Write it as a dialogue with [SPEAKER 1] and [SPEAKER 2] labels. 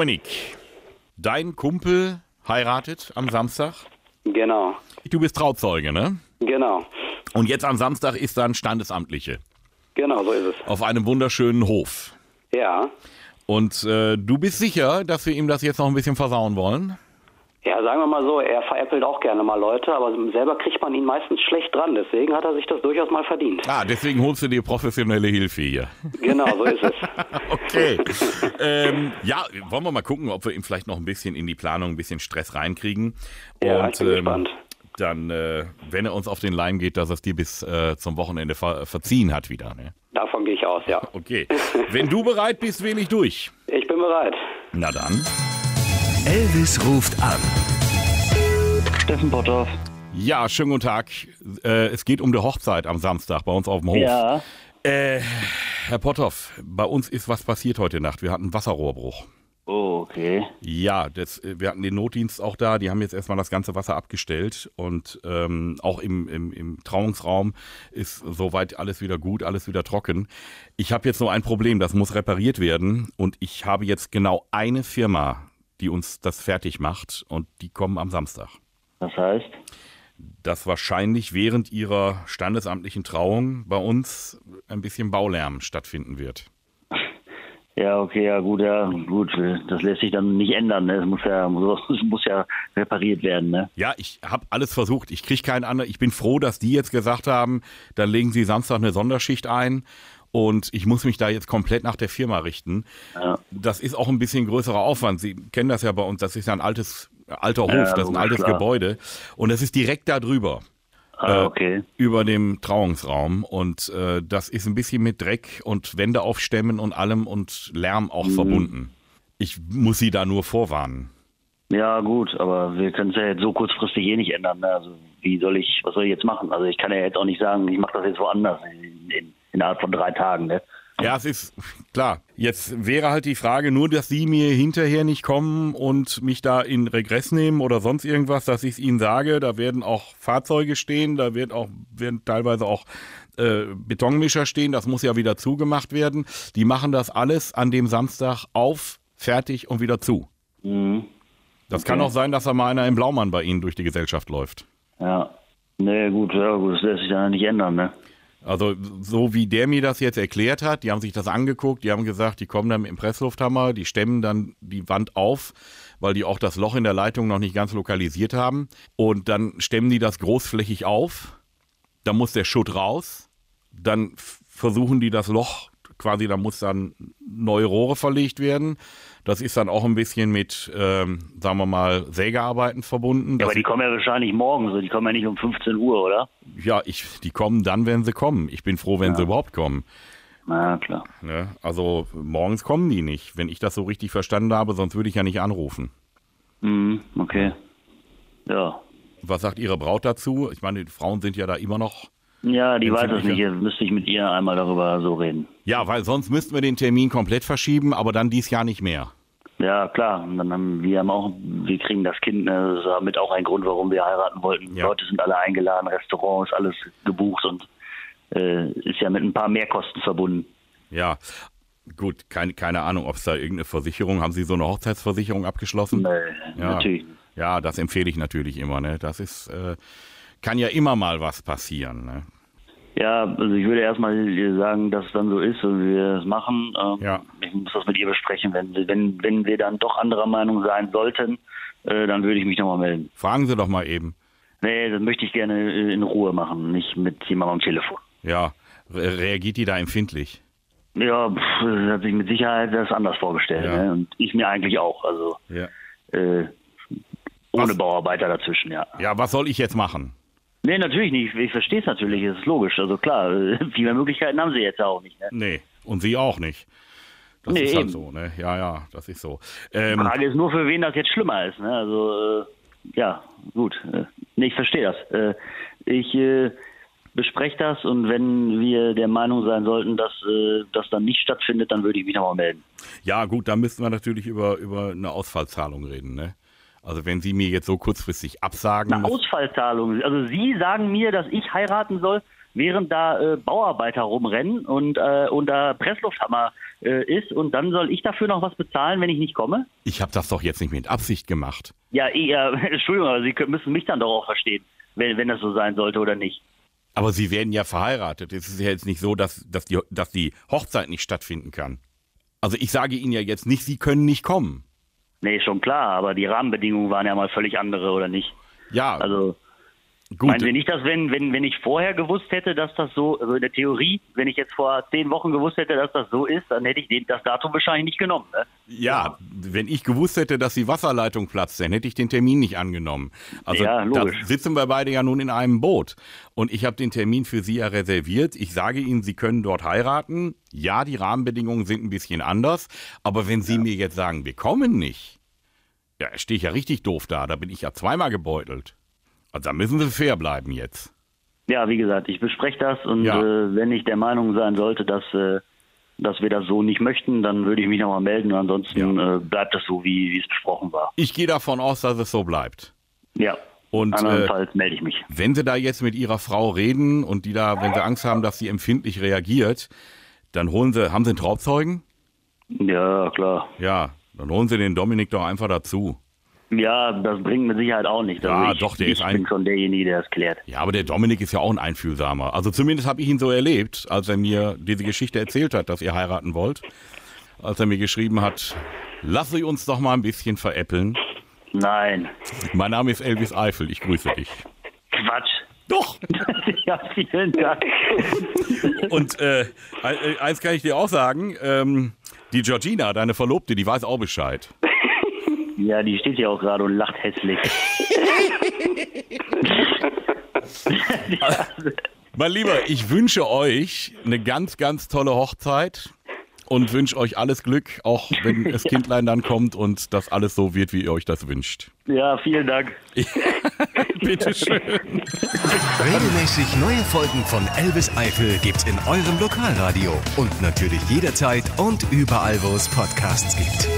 [SPEAKER 1] Dominik, dein Kumpel heiratet am Samstag.
[SPEAKER 2] Genau,
[SPEAKER 1] Du bist Trauzeuge, ne?
[SPEAKER 2] genau,
[SPEAKER 1] Und jetzt am Samstag ist dann Standesamtliche
[SPEAKER 2] genau, so ist es.
[SPEAKER 1] auf einem wunderschönen Hof.
[SPEAKER 2] Ja,
[SPEAKER 1] Und äh, du bist sicher, dass wir ihm das jetzt noch ein bisschen versauen wollen?
[SPEAKER 2] ja, sagen wir mal so, er veräppelt auch gerne mal Leute, aber selber kriegt man ihn meistens schlecht dran. Deswegen hat er sich das durchaus mal verdient.
[SPEAKER 1] Ah, deswegen holst du dir professionelle Hilfe hier.
[SPEAKER 2] Genau, so ist es.
[SPEAKER 1] Okay. ähm, ja, wollen wir mal gucken, ob wir ihm vielleicht noch ein bisschen in die Planung ein bisschen Stress reinkriegen. ähm,
[SPEAKER 2] Ja, ich bin gespannt.
[SPEAKER 1] Dann, äh, wenn er uns auf den Leim geht, dass er es dir bis äh, zum Wochenende ver verziehen hat wieder. Ne?
[SPEAKER 2] Davon gehe ich aus, ja.
[SPEAKER 1] Okay. Wenn du bereit bist, wähle ich durch.
[SPEAKER 2] Ich bin bereit.
[SPEAKER 1] Na dann.
[SPEAKER 3] Elvis ruft an.
[SPEAKER 4] Steffen Bottorf.
[SPEAKER 1] Ja, schönen guten Tag. Äh, es geht um die Hochzeit am Samstag bei uns auf dem Hof.
[SPEAKER 4] Ja,
[SPEAKER 1] Äh, Herr Potthoff, bei uns ist was passiert heute Nacht. Wir hatten einen Wasserrohrbruch.
[SPEAKER 4] oh, okay.
[SPEAKER 1] Ja, das, äh, wir hatten den Notdienst auch da. Die haben jetzt erstmal das ganze Wasser abgestellt. Und ähm, auch im, im, im Trauungsraum ist soweit alles wieder gut, alles wieder trocken. Ich habe jetzt nur ein Problem, das muss repariert werden. Und ich habe jetzt genau eine Firma, die uns das fertig macht. Und die kommen am Samstag.
[SPEAKER 4] Das heißt,
[SPEAKER 1] dass wahrscheinlich während ihrer standesamtlichen Trauung bei uns ein bisschen Baulärm stattfinden wird.
[SPEAKER 4] ja, okay, ja, gut, ja, gut. äh, Das lässt sich dann nicht ändern, ne? Es muss ja, es muss ja repariert werden, ne?
[SPEAKER 1] Ja, ich habe alles versucht. Ich kriege keinen anderen. Ich bin froh, dass die jetzt gesagt haben, dann legen sie Samstag eine Sonderschicht ein und ich muss mich da jetzt komplett nach der Firma richten.
[SPEAKER 4] Ja.
[SPEAKER 1] Das ist auch ein bisschen größerer Aufwand. Sie kennen das ja bei uns. Das ist ja ein altes, alter Hof,
[SPEAKER 4] Ja,
[SPEAKER 1] das ist ein
[SPEAKER 4] logisch,
[SPEAKER 1] altes
[SPEAKER 4] klar.
[SPEAKER 1] Gebäude und das ist direkt da drüber.
[SPEAKER 4] Ah,
[SPEAKER 1] Äh,
[SPEAKER 4] okay.
[SPEAKER 1] über dem Trauungsraum und äh, das ist ein bisschen mit Dreck und Wände aufstemmen und allem und Lärm
[SPEAKER 4] Mhm.
[SPEAKER 1] auch verbunden. Ich muss sie da nur vorwarnen.
[SPEAKER 4] Ja, gut, aber wir können es ja jetzt so kurzfristig eh nicht ändern, ne? Also, wie soll ich, was soll ich jetzt machen? Also, ich kann ja jetzt auch nicht sagen, ich mache das jetzt woanders in, in, innerhalb von drei Tagen, ne?
[SPEAKER 1] Ja, es ist klar. Jetzt wäre halt die Frage nur, dass sie mir hinterher nicht kommen und mich da in Regress nehmen oder sonst irgendwas, dass ich es ihnen sage. Da werden auch Fahrzeuge stehen, da wird auch, werden teilweise auch äh, Betonmischer stehen. Das muss ja wieder zugemacht werden. Die machen das alles an dem Samstag auf, fertig und wieder zu.
[SPEAKER 4] Mhm.
[SPEAKER 1] Das kann auch sein, dass da mal einer im Blaumann bei Ihnen durch die Gesellschaft läuft.
[SPEAKER 4] Ja. Ne, gut, ja, gut, das lässt sich dann nicht ändern, ne?
[SPEAKER 1] Also so wie der mir das jetzt erklärt hat, die haben sich das angeguckt, die haben gesagt, die kommen dann mit dem Presslufthammer, die stemmen dann die Wand auf, weil die auch das Loch in der Leitung noch nicht ganz lokalisiert haben. Und dann stemmen die das großflächig auf, dann muss der Schutt raus, dann f- versuchen die das Loch, quasi da muss dann neue Rohre verlegt werden. Das ist dann auch ein bisschen mit, ähm, sagen wir mal, Sägearbeiten verbunden.
[SPEAKER 4] Ja,
[SPEAKER 1] Das
[SPEAKER 4] aber die kommen ja wahrscheinlich morgen, so, die kommen ja nicht um 15 Uhr, oder?
[SPEAKER 1] ja, ich, die kommen dann, wenn sie kommen. Ich bin froh, wenn sie überhaupt kommen.
[SPEAKER 4] Na, klar.
[SPEAKER 1] Ne? Also morgens kommen die nicht, wenn ich das so richtig verstanden habe, sonst würde ich ja nicht anrufen.
[SPEAKER 4] Mhm, okay. Ja.
[SPEAKER 1] Was sagt Ihre Braut dazu? Ich meine, die Frauen sind ja da immer noch.
[SPEAKER 4] Ja, die
[SPEAKER 1] Wenn
[SPEAKER 4] weiß
[SPEAKER 1] sie
[SPEAKER 4] es
[SPEAKER 1] mich-
[SPEAKER 4] nicht. Jetzt müsste ich mit ihr einmal darüber so reden.
[SPEAKER 1] Ja, weil sonst müssten wir den Termin komplett verschieben, aber dann dies Jahr nicht mehr.
[SPEAKER 4] Ja, klar. Und dann haben wir haben auch, wir kriegen das Kind. Ne? Das ist damit auch ein Grund, warum wir heiraten wollten.
[SPEAKER 1] Ja.
[SPEAKER 4] Leute sind alle eingeladen, Restaurant ist alles gebucht und äh, ist ja mit ein paar Mehrkosten verbunden.
[SPEAKER 1] Ja, gut, keine, keine Ahnung, ob es da irgendeine Versicherung, haben Sie so eine Hochzeitsversicherung abgeschlossen?
[SPEAKER 4] Nee,
[SPEAKER 1] ja.
[SPEAKER 4] Äh, natürlich.
[SPEAKER 1] Ja, das empfehle ich natürlich immer. Ne? Das ist, äh, kann ja immer mal was passieren. Ne?
[SPEAKER 4] Ja, also ich würde erstmal sagen, dass es dann so ist und wir es machen. Ähm,
[SPEAKER 1] Ja.
[SPEAKER 4] Ich muss das mit ihr besprechen. Wenn, wenn, wenn wir dann doch anderer Meinung sein sollten, äh, dann würde ich mich nochmal melden.
[SPEAKER 1] Fragen Sie doch mal eben.
[SPEAKER 4] Nee, das möchte ich gerne äh, in Ruhe machen, nicht mit jemandem am Telefon.
[SPEAKER 1] Ja, re reagiert die da empfindlich?
[SPEAKER 4] Ja, pff, das hat sich mit Sicherheit das anders vorgestellt.
[SPEAKER 1] Ja.
[SPEAKER 4] Ne? Und ich mir eigentlich auch. Also
[SPEAKER 1] Ja.
[SPEAKER 4] äh, ohne
[SPEAKER 1] Was-
[SPEAKER 4] Bauarbeiter dazwischen, ja.
[SPEAKER 1] Ja, was soll ich jetzt machen?
[SPEAKER 4] Nee, natürlich nicht. Ich verstehe es natürlich, es ist logisch. Also klar, äh, viel mehr Möglichkeiten haben sie jetzt auch nicht. Ne?
[SPEAKER 1] Nee, und sie auch nicht. Das
[SPEAKER 4] Nee,
[SPEAKER 1] ist halt
[SPEAKER 4] eben.
[SPEAKER 1] so, ne? Ja, ja, das ist so. Ähm,
[SPEAKER 4] Frage ist nur, für wen das jetzt schlimmer ist. Ne? Also, äh, ja, gut. Äh, nee, ich verstehe das. Äh, ich äh, bespreche das und wenn wir der Meinung sein sollten, dass äh, das dann nicht stattfindet, dann würde ich mich nochmal melden.
[SPEAKER 1] ja, gut, da müssten wir natürlich über, über eine Ausfallzahlung reden, ne? Also wenn Sie mir jetzt so kurzfristig absagen,
[SPEAKER 4] Eine Ausfallzahlung. Also Sie sagen mir, dass ich heiraten soll, während da äh, Bauarbeiter rumrennen und, äh, und da Presslufthammer äh, ist und dann soll ich dafür noch was bezahlen, wenn ich nicht komme?
[SPEAKER 1] Ich habe das doch jetzt nicht mit Absicht gemacht.
[SPEAKER 4] Ja, eh, äh, Entschuldigung, aber Sie können- müssen mich dann doch auch verstehen, wenn, wenn das so sein sollte oder nicht.
[SPEAKER 1] Aber sie werden ja verheiratet. Es ist ja jetzt nicht so, dass, dass, die, dass die Hochzeit nicht stattfinden kann. Also ich sage Ihnen ja jetzt nicht, Sie können nicht kommen.
[SPEAKER 4] Nee, schon klar, aber die Rahmenbedingungen waren ja mal völlig andere oder nicht?
[SPEAKER 1] Ja,
[SPEAKER 4] Also
[SPEAKER 1] gut.
[SPEAKER 4] meinen Sie nicht, dass wenn, wenn, wenn ich vorher gewusst hätte, dass das so, also in der Theorie, wenn ich jetzt vor zehn Wochen gewusst hätte, dass das so ist, dann hätte ich den, das Datum wahrscheinlich nicht genommen. Ne?
[SPEAKER 1] Ja, wenn ich gewusst hätte, dass die Wasserleitung platzt, dann hätte ich den Termin nicht angenommen. Also
[SPEAKER 4] Ja,
[SPEAKER 1] da
[SPEAKER 4] logisch.
[SPEAKER 1] sitzen wir beide ja nun in einem Boot. Und ich habe den Termin für Sie ja reserviert. Ich sage Ihnen, Sie können dort heiraten. Ja, die Rahmenbedingungen sind ein bisschen anders. Aber wenn Sie mir jetzt sagen, wir kommen nicht, ja, stehe ich ja richtig doof da. Da bin ich ja zweimal gebeutelt. Also da müssen Sie fair bleiben jetzt.
[SPEAKER 4] Ja, wie gesagt, ich bespreche das und
[SPEAKER 1] Ja.
[SPEAKER 4] äh, wenn ich der Meinung sein sollte, dass, äh, dass wir das so nicht möchten, dann würde ich mich nochmal melden. Und ansonsten äh, bleibt das so, wie wie es besprochen war.
[SPEAKER 1] Ich gehe davon aus, dass es so bleibt.
[SPEAKER 4] Ja.
[SPEAKER 1] Und, äh,
[SPEAKER 4] Andernfalls melde ich mich.
[SPEAKER 1] Wenn sie da jetzt mit ihrer Frau reden und die da, wenn sie Angst haben, dass sie empfindlich reagiert, dann holen sie, haben sie einen Trauzeugen?
[SPEAKER 4] Ja, klar.
[SPEAKER 1] Ja, dann holen sie den Dominik doch einfach dazu.
[SPEAKER 4] Ja, das bringt mit Sicherheit auch nicht.
[SPEAKER 1] Ja,
[SPEAKER 4] ich,
[SPEAKER 1] doch, der
[SPEAKER 4] ich
[SPEAKER 1] ist ein-
[SPEAKER 4] bin schon derjenige, der es klärt.
[SPEAKER 1] Ja, aber der Dominik ist ja auch ein Einfühlsamer. Also zumindest habe ich ihn so erlebt, als er mir diese Geschichte erzählt hat, dass ihr heiraten wollt. Als er mir geschrieben hat, lass sie uns doch mal ein bisschen veräppeln.
[SPEAKER 4] Nein,
[SPEAKER 1] Mein Name ist Elvis Eifel, ich grüße dich.
[SPEAKER 4] Quatsch.
[SPEAKER 1] Doch!
[SPEAKER 4] ja, vielen Dank.
[SPEAKER 1] Und äh, e- eins kann ich dir auch sagen, ähm, die Georgina, deine Verlobte, die weiß auch Bescheid.
[SPEAKER 4] Ja, die steht hier auch gerade und lacht hässlich.
[SPEAKER 1] Mein Lieber, ich wünsche euch eine ganz, ganz tolle Hochzeit und wünsche euch alles Glück, auch wenn das Kindlein dann kommt und das alles so wird, wie ihr euch das wünscht.
[SPEAKER 4] Ja, vielen Dank.
[SPEAKER 1] Bitteschön.
[SPEAKER 3] Regelmäßig neue Folgen von Elvis Eifel gibt's in eurem Lokalradio und natürlich jederzeit und überall, wo es Podcasts gibt.